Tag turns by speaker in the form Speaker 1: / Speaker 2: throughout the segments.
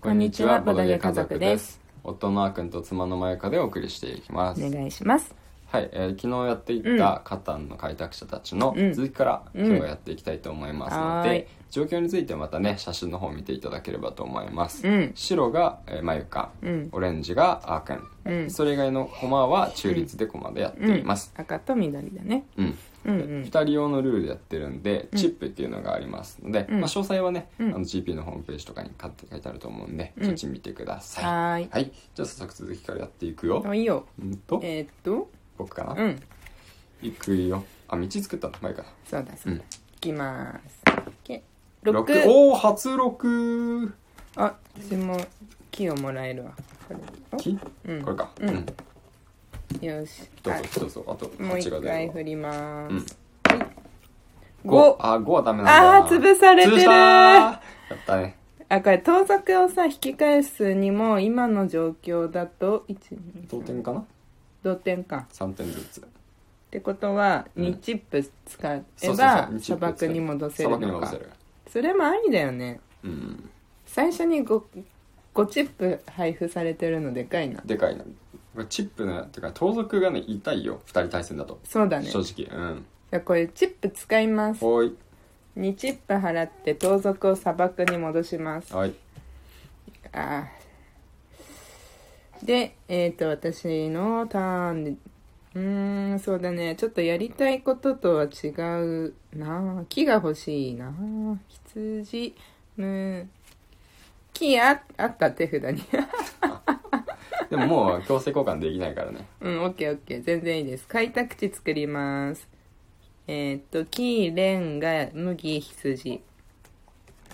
Speaker 1: こんにちはボドゲ家族です
Speaker 2: 夫のあーくんと妻のまゆかでお送りしていきます
Speaker 1: お願いします
Speaker 2: はい、えー昨日やっていったカタンの開拓者たちの
Speaker 1: うん
Speaker 2: 続きから
Speaker 1: うん
Speaker 2: 今日はやっていきたいと思いますので、
Speaker 1: はーい
Speaker 2: 状況についてまたね写真の方を見ていただければと思います、
Speaker 1: うん
Speaker 2: 白が、えー、まゆか、
Speaker 1: うん
Speaker 2: オレンジがあーくん、
Speaker 1: うん
Speaker 2: それ以外の駒は中立で駒でやっています、
Speaker 1: 赤と緑だね
Speaker 2: うん
Speaker 1: うんう
Speaker 2: 2
Speaker 1: ん
Speaker 2: 人用のルールでやってるんで、チップっていうのがありますので、
Speaker 1: うん
Speaker 2: まあ、詳細はね、
Speaker 1: うん
Speaker 2: あの GP のホームページとかに書いてあると思うんで、
Speaker 1: うん
Speaker 2: そっち見てください
Speaker 1: はーい
Speaker 2: はいじゃあ早速続きからやっていくよ
Speaker 1: あいいよ
Speaker 2: うんと、
Speaker 1: えーっと
Speaker 2: 僕かな、
Speaker 1: うん
Speaker 2: いくよあ道作ったの前か
Speaker 1: そうだそ
Speaker 2: なう
Speaker 1: うだ
Speaker 2: ん
Speaker 1: いきますけ
Speaker 2: 六
Speaker 1: 6
Speaker 2: おお初六
Speaker 1: あ私も木をもらえるわこれ
Speaker 2: 木、
Speaker 1: うん
Speaker 2: これか
Speaker 1: うん
Speaker 2: うん
Speaker 1: およし
Speaker 2: どう
Speaker 1: あ
Speaker 2: ぞどうぞあと
Speaker 1: もう
Speaker 2: 八
Speaker 1: 一
Speaker 2: が出
Speaker 1: 回
Speaker 2: る
Speaker 1: 振りま
Speaker 2: うん
Speaker 1: す
Speaker 2: 五
Speaker 1: 5
Speaker 2: あ五はダメなんだ
Speaker 1: あー潰されてる
Speaker 2: 潰したーやったね
Speaker 1: あこれ盗賊をさ引き返すにも今の状況だと1
Speaker 2: 同点かな
Speaker 1: 同点か
Speaker 2: 三点ずつ
Speaker 1: ってことは
Speaker 2: うん
Speaker 1: 2チップ使
Speaker 2: そ
Speaker 1: え
Speaker 2: うそう
Speaker 1: ば
Speaker 2: そう
Speaker 1: 砂漠に戻せ
Speaker 2: 砂
Speaker 1: るの
Speaker 2: 漠に戻
Speaker 1: か
Speaker 2: せる
Speaker 1: それもありだよね
Speaker 2: うん
Speaker 1: 最初に 5, 5チップ配布されてるのでかいな
Speaker 2: でかいなチップのてか盗賊がね痛いよ2人対戦だと
Speaker 1: そうだね
Speaker 2: 正直うん
Speaker 1: じゃあこれチップ使います
Speaker 2: おい
Speaker 1: 2チップ払って盗賊を砂漠に戻します
Speaker 2: はい
Speaker 1: あーでえっ、と私のターンでうーんそうだねちょっとやりたいこととは違うなあ木が欲しいなあ羊む木ああった手札に
Speaker 2: でももう強制交換できないからね
Speaker 1: うんオッケーオッケー全然いいです開拓地作りますえっ、と木レンガ麦羊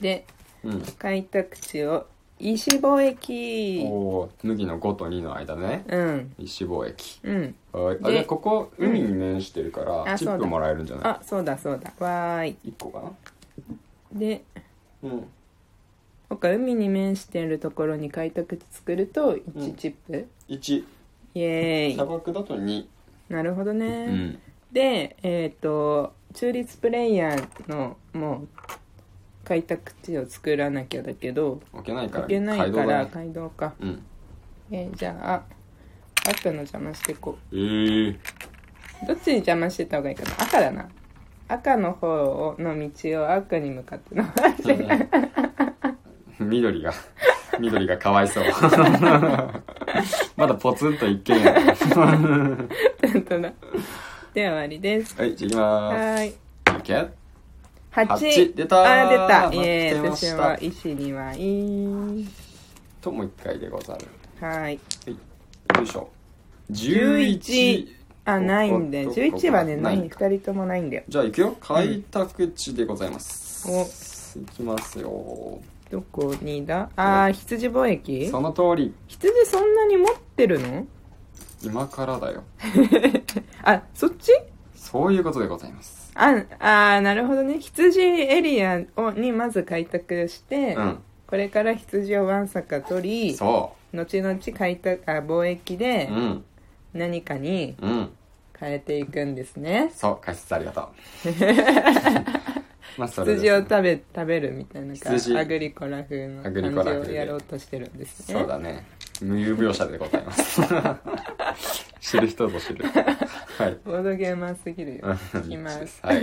Speaker 1: で
Speaker 2: うん
Speaker 1: 開拓地を石貿易
Speaker 2: おお麦の5と2の間ね
Speaker 1: うん
Speaker 2: 石貿易
Speaker 1: うん
Speaker 2: はいあ
Speaker 1: で
Speaker 2: でここ海に面してるか
Speaker 1: うん
Speaker 2: ら
Speaker 1: あ
Speaker 2: チッ
Speaker 1: そう
Speaker 2: プ
Speaker 1: だ
Speaker 2: もらえるんじゃない
Speaker 1: あそうだそうだわーい
Speaker 2: 1個かな
Speaker 1: で
Speaker 2: うん
Speaker 1: 他海に面しているところに開拓地作ると
Speaker 2: う
Speaker 1: 1
Speaker 2: ん
Speaker 1: チップ、
Speaker 2: 1
Speaker 1: イエ
Speaker 2: 砂
Speaker 1: ーイ
Speaker 2: 漠だと2
Speaker 1: なるほど
Speaker 2: う
Speaker 1: ね、
Speaker 2: ん
Speaker 1: でえっ、と中立プレイヤーのもう開拓地を作らなきゃだけど
Speaker 2: 置けないか
Speaker 1: 行
Speaker 2: ら
Speaker 1: けないか
Speaker 2: 街道だ
Speaker 1: ら
Speaker 2: ね
Speaker 1: 街道か、
Speaker 2: うん
Speaker 1: えーじゃあ赤の邪魔していこ
Speaker 2: えー
Speaker 1: うどっちに邪魔してた方がいいかな赤だな赤の方の道を赤に向かっての
Speaker 2: 緑が緑がかわい そうまだポツンと一 軒家だ
Speaker 1: 本当だで終わりです
Speaker 2: はい、じゃ
Speaker 1: は
Speaker 2: あ
Speaker 1: ーい
Speaker 2: 行きます。
Speaker 1: 八
Speaker 2: 出たー
Speaker 1: あ出たいえ
Speaker 2: 待ってま
Speaker 1: 私
Speaker 2: した
Speaker 1: は石にはいい
Speaker 2: ともう一回でござる。
Speaker 1: はい
Speaker 2: よいしょ。
Speaker 1: 11
Speaker 2: 11。
Speaker 1: あないんで
Speaker 2: おっと
Speaker 1: 11はね
Speaker 2: ここがな
Speaker 1: ないい2人ともないんだよ
Speaker 2: じゃあ行くよ。開拓地でございます。
Speaker 1: お
Speaker 2: 行きますよ。
Speaker 1: どこにだあー羊貿易
Speaker 2: その通り、
Speaker 1: 羊そんなに持ってるの
Speaker 2: 今からだよ。
Speaker 1: あそっち
Speaker 2: そういうことでございます。
Speaker 1: ああーなるほどね羊エリアをにまず開拓して、
Speaker 2: うん
Speaker 1: これから羊をわんさか取り
Speaker 2: そ
Speaker 1: 後々開拓あ貿易で
Speaker 2: う。うん。
Speaker 1: 何かに
Speaker 2: うん。
Speaker 1: 変えていくんですね、
Speaker 2: そう、解説ありがと う。まあ、それ
Speaker 1: 羊を
Speaker 2: です。
Speaker 1: 食べ食べるみたいな感じ
Speaker 2: 羊
Speaker 1: アグリコラ風の
Speaker 2: ア
Speaker 1: 感
Speaker 2: グリ
Speaker 1: じ
Speaker 2: コラ風
Speaker 1: を
Speaker 2: で
Speaker 1: やろうとしてるんですね
Speaker 2: そうだね。無遊描写でござい ます。知る人ぞ知る。はい。
Speaker 1: ボードゲーマーすぎるよ
Speaker 2: うん
Speaker 1: いきます。
Speaker 2: はい。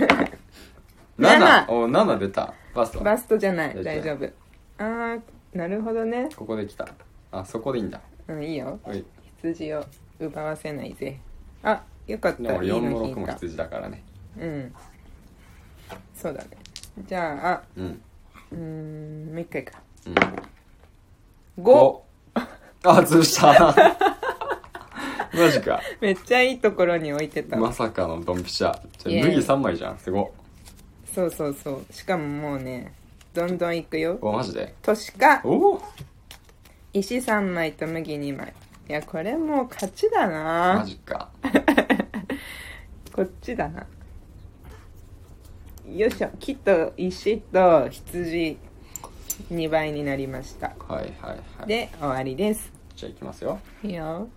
Speaker 1: 七
Speaker 2: 7! お、7出た。バスト。
Speaker 1: バストじゃない
Speaker 2: 大
Speaker 1: 大
Speaker 2: 丈
Speaker 1: 丈夫あーなるほどね
Speaker 2: ここで来た。あ、そこでいいんだ。
Speaker 1: うんいいよ
Speaker 2: はい。
Speaker 1: 羊を奪わせないぜあよかっ
Speaker 2: で
Speaker 1: た
Speaker 2: も
Speaker 1: いい
Speaker 2: 俺4
Speaker 1: の
Speaker 2: の
Speaker 1: 引
Speaker 2: 6
Speaker 1: い
Speaker 2: も
Speaker 1: た
Speaker 2: 羊だからね。
Speaker 1: うんそうだねじゃあ
Speaker 2: うん。
Speaker 1: うーんもう一回か
Speaker 2: うん、
Speaker 1: 5
Speaker 2: あ、潰 した。マジか。
Speaker 1: めっちゃいいところに置いてた
Speaker 2: まさかのドンピシャ。
Speaker 1: イ
Speaker 2: じ
Speaker 1: エ
Speaker 2: ゃあ
Speaker 1: ーイ
Speaker 2: 麦3枚じゃん。すごっ。
Speaker 1: そうそうそうしかももうねどんどんいくよ
Speaker 2: お、マジで。
Speaker 1: 都市か
Speaker 2: おお
Speaker 1: 石3枚と麦2枚いやこれもう勝ちだ
Speaker 2: マ
Speaker 1: な
Speaker 2: ジか。
Speaker 1: こっちだなよいしょ木と石と羊2倍になりました
Speaker 2: はいはいはい。
Speaker 1: で終わりです
Speaker 2: じゃあいきますよ。
Speaker 1: いいよ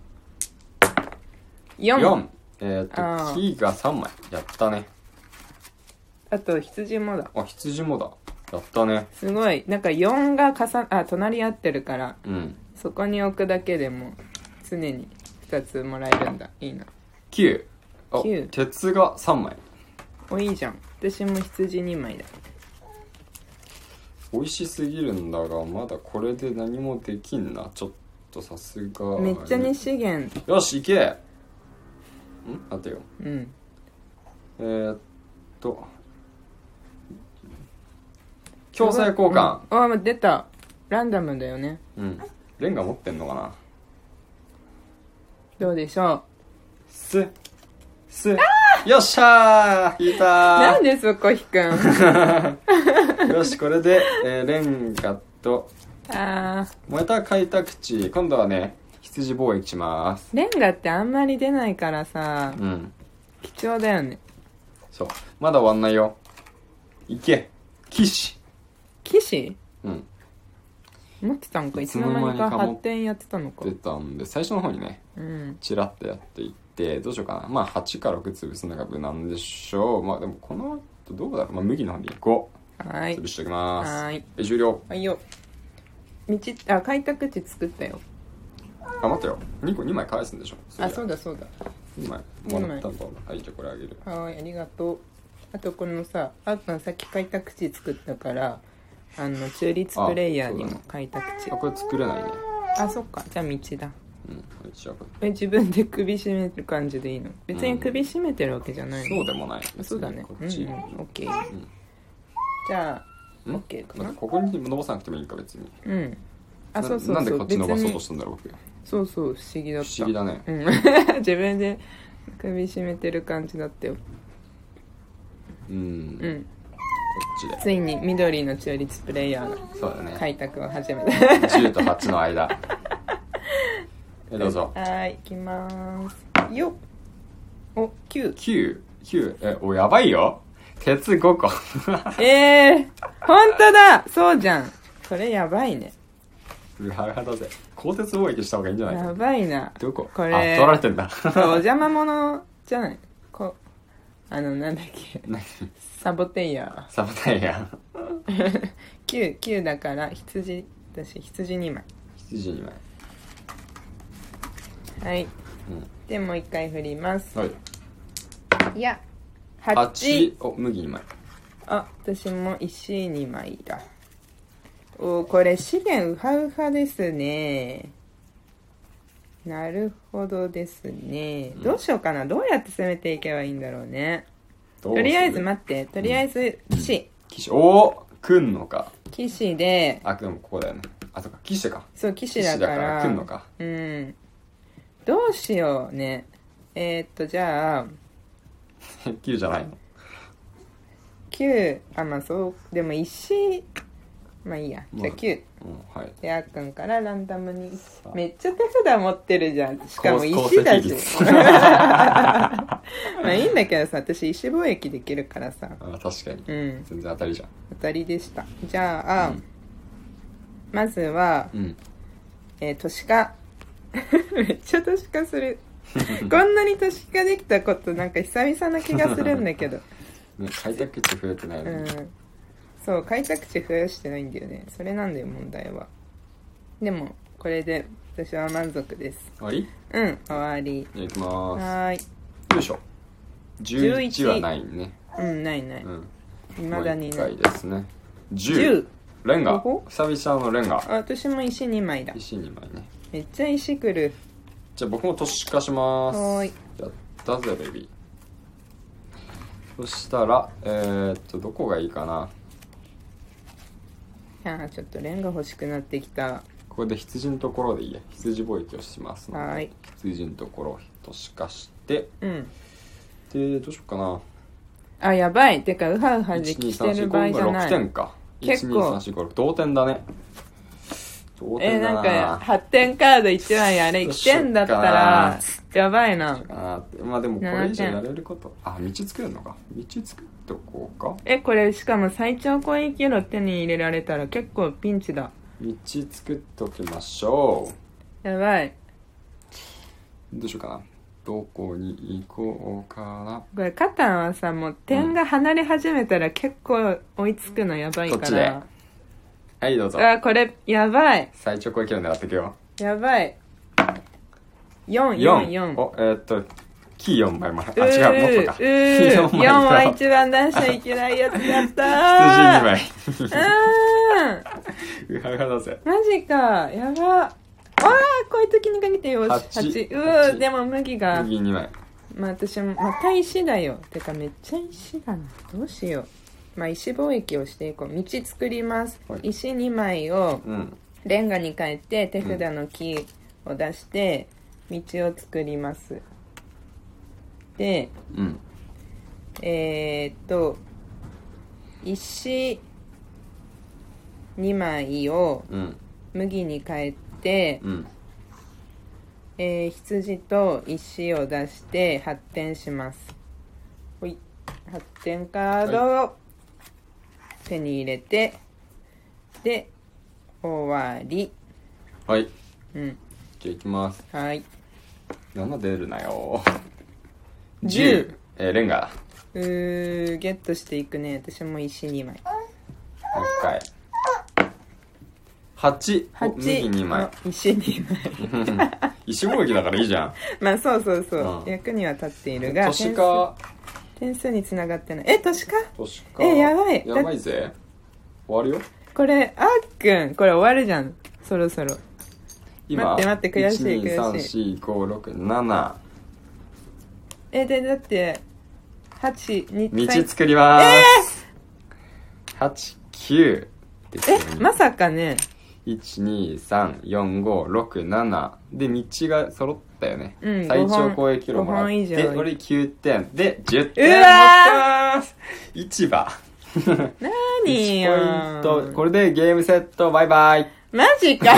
Speaker 2: 4
Speaker 1: 4。
Speaker 2: え
Speaker 1: あ
Speaker 2: ーっと、
Speaker 1: ー
Speaker 2: 木が3枚。やったね。
Speaker 1: あと羊もだ
Speaker 2: あ、羊もだ。やったね。
Speaker 1: すごいなんか4が重あ隣り合ってるから
Speaker 2: うん。
Speaker 1: そこに置くだけでも常に2つもらえるんだいいな
Speaker 2: 9。あ
Speaker 1: 九、
Speaker 2: 鉄が3枚。
Speaker 1: おいいじゃん私も羊2枚だ
Speaker 2: 美味しすぎるんだが、まだこれで何もできんな。ちょっとさすが。
Speaker 1: めっちゃ2。資源
Speaker 2: よし、行けん待てよ。
Speaker 1: うん
Speaker 2: えー、っと。強制交換。
Speaker 1: うんあ出たランダムだよね
Speaker 2: うん。レンガ持ってんのかな
Speaker 1: どうでしょ
Speaker 2: す、す、よっしゃー引いうた
Speaker 1: なんでそこ引 くん
Speaker 2: ーよし、これで、えーレンガと、
Speaker 1: あー
Speaker 2: 燃えた開拓地、今度はね、羊貿易します。
Speaker 1: レンガってあんまり出ないからさ
Speaker 2: うん。
Speaker 1: 貴重だよね
Speaker 2: そう。まだ終わんないよ。行け騎士
Speaker 1: 騎士
Speaker 2: うん。
Speaker 1: 持ってたんかい
Speaker 2: い
Speaker 1: つ
Speaker 2: つ
Speaker 1: の
Speaker 2: の
Speaker 1: 間
Speaker 2: 間
Speaker 1: に
Speaker 2: に
Speaker 1: か
Speaker 2: か
Speaker 1: 発展やってたのか
Speaker 2: 出たんで、最初の方にね、
Speaker 1: うん
Speaker 2: チラッとやっていって、どうしようかな。まあ、8から6潰すのが無難でしょう。まあ、でもこの後どうだろう。まあ、麦の方に行こ
Speaker 1: はー
Speaker 2: う。
Speaker 1: い
Speaker 2: 潰しておきます。
Speaker 1: はーい
Speaker 2: え終了。
Speaker 1: はいよ道あ開拓地作ったよ
Speaker 2: あ、待ってよ。2個2枚返すんでしょ。
Speaker 1: あそううだそうだ
Speaker 2: 2枚もらったんだ。はい、じゃあこれあげる。
Speaker 1: はーいありがとうあとこのさあっさっき開拓地作ったからあの中立プレイヤーに
Speaker 2: あそう
Speaker 1: も
Speaker 2: だね
Speaker 1: 開拓地
Speaker 2: あ、これ作れないね。
Speaker 1: あそっかじゃあ
Speaker 2: う
Speaker 1: 道だ
Speaker 2: ん。はいじゃあこ
Speaker 1: え自分で首絞める感じでいいの別に首絞めてるわけじゃ
Speaker 2: れ
Speaker 1: ないの、
Speaker 2: そうでもない。
Speaker 1: そうだね
Speaker 2: こっ
Speaker 1: うん、うん、
Speaker 2: ち。
Speaker 1: オッケー
Speaker 2: ん
Speaker 1: じゃあ
Speaker 2: ん
Speaker 1: オッケーか
Speaker 2: なん
Speaker 1: な
Speaker 2: かここに伸ばさなくてもいいか、別に。
Speaker 1: うんあ
Speaker 2: な
Speaker 1: そうそうそう
Speaker 2: なんでこっち伸ばそうと
Speaker 1: 別に
Speaker 2: したんだろう、僕。
Speaker 1: そうそう不思議だった
Speaker 2: 不思議だね。
Speaker 1: うん 自分で首絞めてる感じだったよ
Speaker 2: うん。
Speaker 1: う
Speaker 2: こ
Speaker 1: ん
Speaker 2: っちで。
Speaker 1: ついに緑の中立プレイヤーが
Speaker 2: そうだね。
Speaker 1: 開拓を始めた
Speaker 2: 10と8の 間。え、どうぞ。
Speaker 1: はーい行きまーすよっお九9
Speaker 2: 9、9、え、お、やばいよ。鉄5個。
Speaker 1: えー、本当だそうじゃんそれやばいね
Speaker 2: うはうはだぜ。鋼鉄貿易した方がいいんじゃない
Speaker 1: や
Speaker 2: か。
Speaker 1: ばいな
Speaker 2: どこ
Speaker 1: これ
Speaker 2: あ、取られてんだ。
Speaker 1: お邪魔者じゃないこあのなんだっけ
Speaker 2: 何
Speaker 1: サボテイ ヤ
Speaker 2: サボテンやん。
Speaker 1: ー 9, 9だから羊私羊2枚
Speaker 2: 7 2枚。
Speaker 1: はいでもう一回振ります
Speaker 2: うん。はい。
Speaker 1: いや
Speaker 2: 8、お、麦2枚。
Speaker 1: あ私も石2枚だおこれ資源ウハウハですねなるほどですね、
Speaker 2: うん
Speaker 1: どうしようかなどうやって攻めていけばいいんだろうね
Speaker 2: と
Speaker 1: とりあえず待ってとりあえず騎士、
Speaker 2: 騎士おお来んのか
Speaker 1: 騎士で
Speaker 2: あでもここだよねあそっか騎士か
Speaker 1: そう騎士だから
Speaker 2: 騎士来んのか
Speaker 1: うんどうしようねえー、っとじゃあ
Speaker 2: 9じゃないの
Speaker 1: 9あまあそうでも石まあいいやじゃあ9
Speaker 2: うんはい
Speaker 1: であっくんからランダムに
Speaker 2: あ
Speaker 1: めっちゃ手札持ってるじゃんしかも石だし
Speaker 2: 高 成
Speaker 1: まあいいんだけどさ私石貿易できるからさ
Speaker 2: あ確かに
Speaker 1: うん
Speaker 2: 全然当たりじゃん
Speaker 1: 当たりでしたじゃあ、
Speaker 2: うん
Speaker 1: まずは、
Speaker 2: うん
Speaker 1: えー都市化 めっちゃ都市化 するこんなに都市化できたことなんか久々な気がするんだけど
Speaker 2: ね開拓地増えてないうのに
Speaker 1: んそう開拓地増やしてないんだよねそれなんだよ問題はでもこれで私は満足です
Speaker 2: はいじ
Speaker 1: うん終わり
Speaker 2: ゃあいきま
Speaker 1: は
Speaker 2: ー
Speaker 1: ーい
Speaker 2: すよいしょ11はないね
Speaker 1: うんないない
Speaker 2: うん
Speaker 1: いまだに
Speaker 2: も
Speaker 1: な
Speaker 2: う
Speaker 1: い
Speaker 2: 一回ですね10
Speaker 1: 10
Speaker 2: レンガ
Speaker 1: ここ
Speaker 2: 久々のレンガ
Speaker 1: あ私も石2枚だ
Speaker 2: 石2枚ね
Speaker 1: めっちゃ石くる
Speaker 2: じゃあ僕も都市化します
Speaker 1: はーい
Speaker 2: やったぜベビーそしたらえー、っとどこがいいかな
Speaker 1: あーちょっとレンガ欲しくなってきた
Speaker 2: ここで羊のところでいいや羊貿易をしますので
Speaker 1: はーい
Speaker 2: 羊のところを都市化して
Speaker 1: うん
Speaker 2: でどうしようかな
Speaker 1: あやばいてかウハウハできてる場合じゃ
Speaker 2: 12345
Speaker 1: な
Speaker 2: 点
Speaker 1: い
Speaker 2: か
Speaker 1: 結構
Speaker 2: 12345同点だね同
Speaker 1: え
Speaker 2: 点だ
Speaker 1: なん
Speaker 2: な
Speaker 1: か発展カード1枚あれ
Speaker 2: どう
Speaker 1: 1
Speaker 2: しよっ
Speaker 1: 点だった
Speaker 2: から
Speaker 1: やばいな
Speaker 2: あーまあでもこれ以上
Speaker 1: 7点
Speaker 2: やれることあ道作るのか道作っておこうか
Speaker 1: えこれしかも最長攻撃路手に入れられたら結構ピンチだ
Speaker 2: 道作っておきましょう
Speaker 1: やばい
Speaker 2: どうしようかな。どこに行こうかな
Speaker 1: これカタンはさもう点が離れ始めたら結構追いつくのやばい
Speaker 2: こっ
Speaker 1: か
Speaker 2: ちで
Speaker 1: ら、
Speaker 2: はいどうぞ
Speaker 1: うわこれやばい
Speaker 2: 最長攻撃を狙っていくよ
Speaker 1: やばい
Speaker 2: 4
Speaker 1: 444
Speaker 2: おえーっとキー4枚もあ
Speaker 1: うー
Speaker 2: 違うもっとか
Speaker 1: うー
Speaker 2: キー
Speaker 1: 4は
Speaker 2: 枚と
Speaker 1: 一番出しちゃいけないやつやった
Speaker 2: 羊2
Speaker 1: ー
Speaker 2: 枚
Speaker 1: うーん
Speaker 2: う はうはだぜ
Speaker 1: マジかやばわーこういう時に限ってよし
Speaker 2: 八
Speaker 1: 8, う
Speaker 2: 八
Speaker 1: ーでも麦が
Speaker 2: 右2枚
Speaker 1: まあ私もまた石だよてかめっちゃ石だなどうしようまあ石貿易をしていこう道作ります、
Speaker 2: はい
Speaker 1: 石2枚を
Speaker 2: うん
Speaker 1: レンガに変えて手札の木を出して道を作りますで
Speaker 2: うん
Speaker 1: えー、っと石2枚を
Speaker 2: うん
Speaker 1: 麦に変えて、
Speaker 2: うん
Speaker 1: えー羊と石を出して発展しますほい発展カードを手に入れてで終わり
Speaker 2: はい
Speaker 1: うん
Speaker 2: じゃあいきます
Speaker 1: はい
Speaker 2: 7出るなよ
Speaker 1: 10
Speaker 2: 10えーレンガだ
Speaker 1: うーゲットしていくね私も石2
Speaker 2: もう
Speaker 1: 枚
Speaker 2: 一回8お
Speaker 1: 8
Speaker 2: 右2枚
Speaker 1: あ石2枚
Speaker 2: 石貿易だからいいじゃん
Speaker 1: まあそうそうそう、
Speaker 2: うん
Speaker 1: 役には立っているが
Speaker 2: 都市化
Speaker 1: 点数点数につながってないえ年か
Speaker 2: 都市化
Speaker 1: えやばい
Speaker 2: やばいぜ終わるよ
Speaker 1: これあっくんこれ終わるじゃんそろそろ
Speaker 2: 今
Speaker 1: 待って待って悔しい悔しい
Speaker 2: 1234567
Speaker 1: えでだって82
Speaker 2: 道作ります、八九89
Speaker 1: えまさかね
Speaker 2: 1234567で道が揃ったよね、
Speaker 1: うん
Speaker 2: 最
Speaker 1: 五本
Speaker 2: 長攻撃量もらっ
Speaker 1: 五本以上
Speaker 2: て俺9点で10点持って
Speaker 1: うわ
Speaker 2: ます市場
Speaker 1: 何よ
Speaker 2: 1ポイントこれでゲームセットバイバイ
Speaker 1: マジか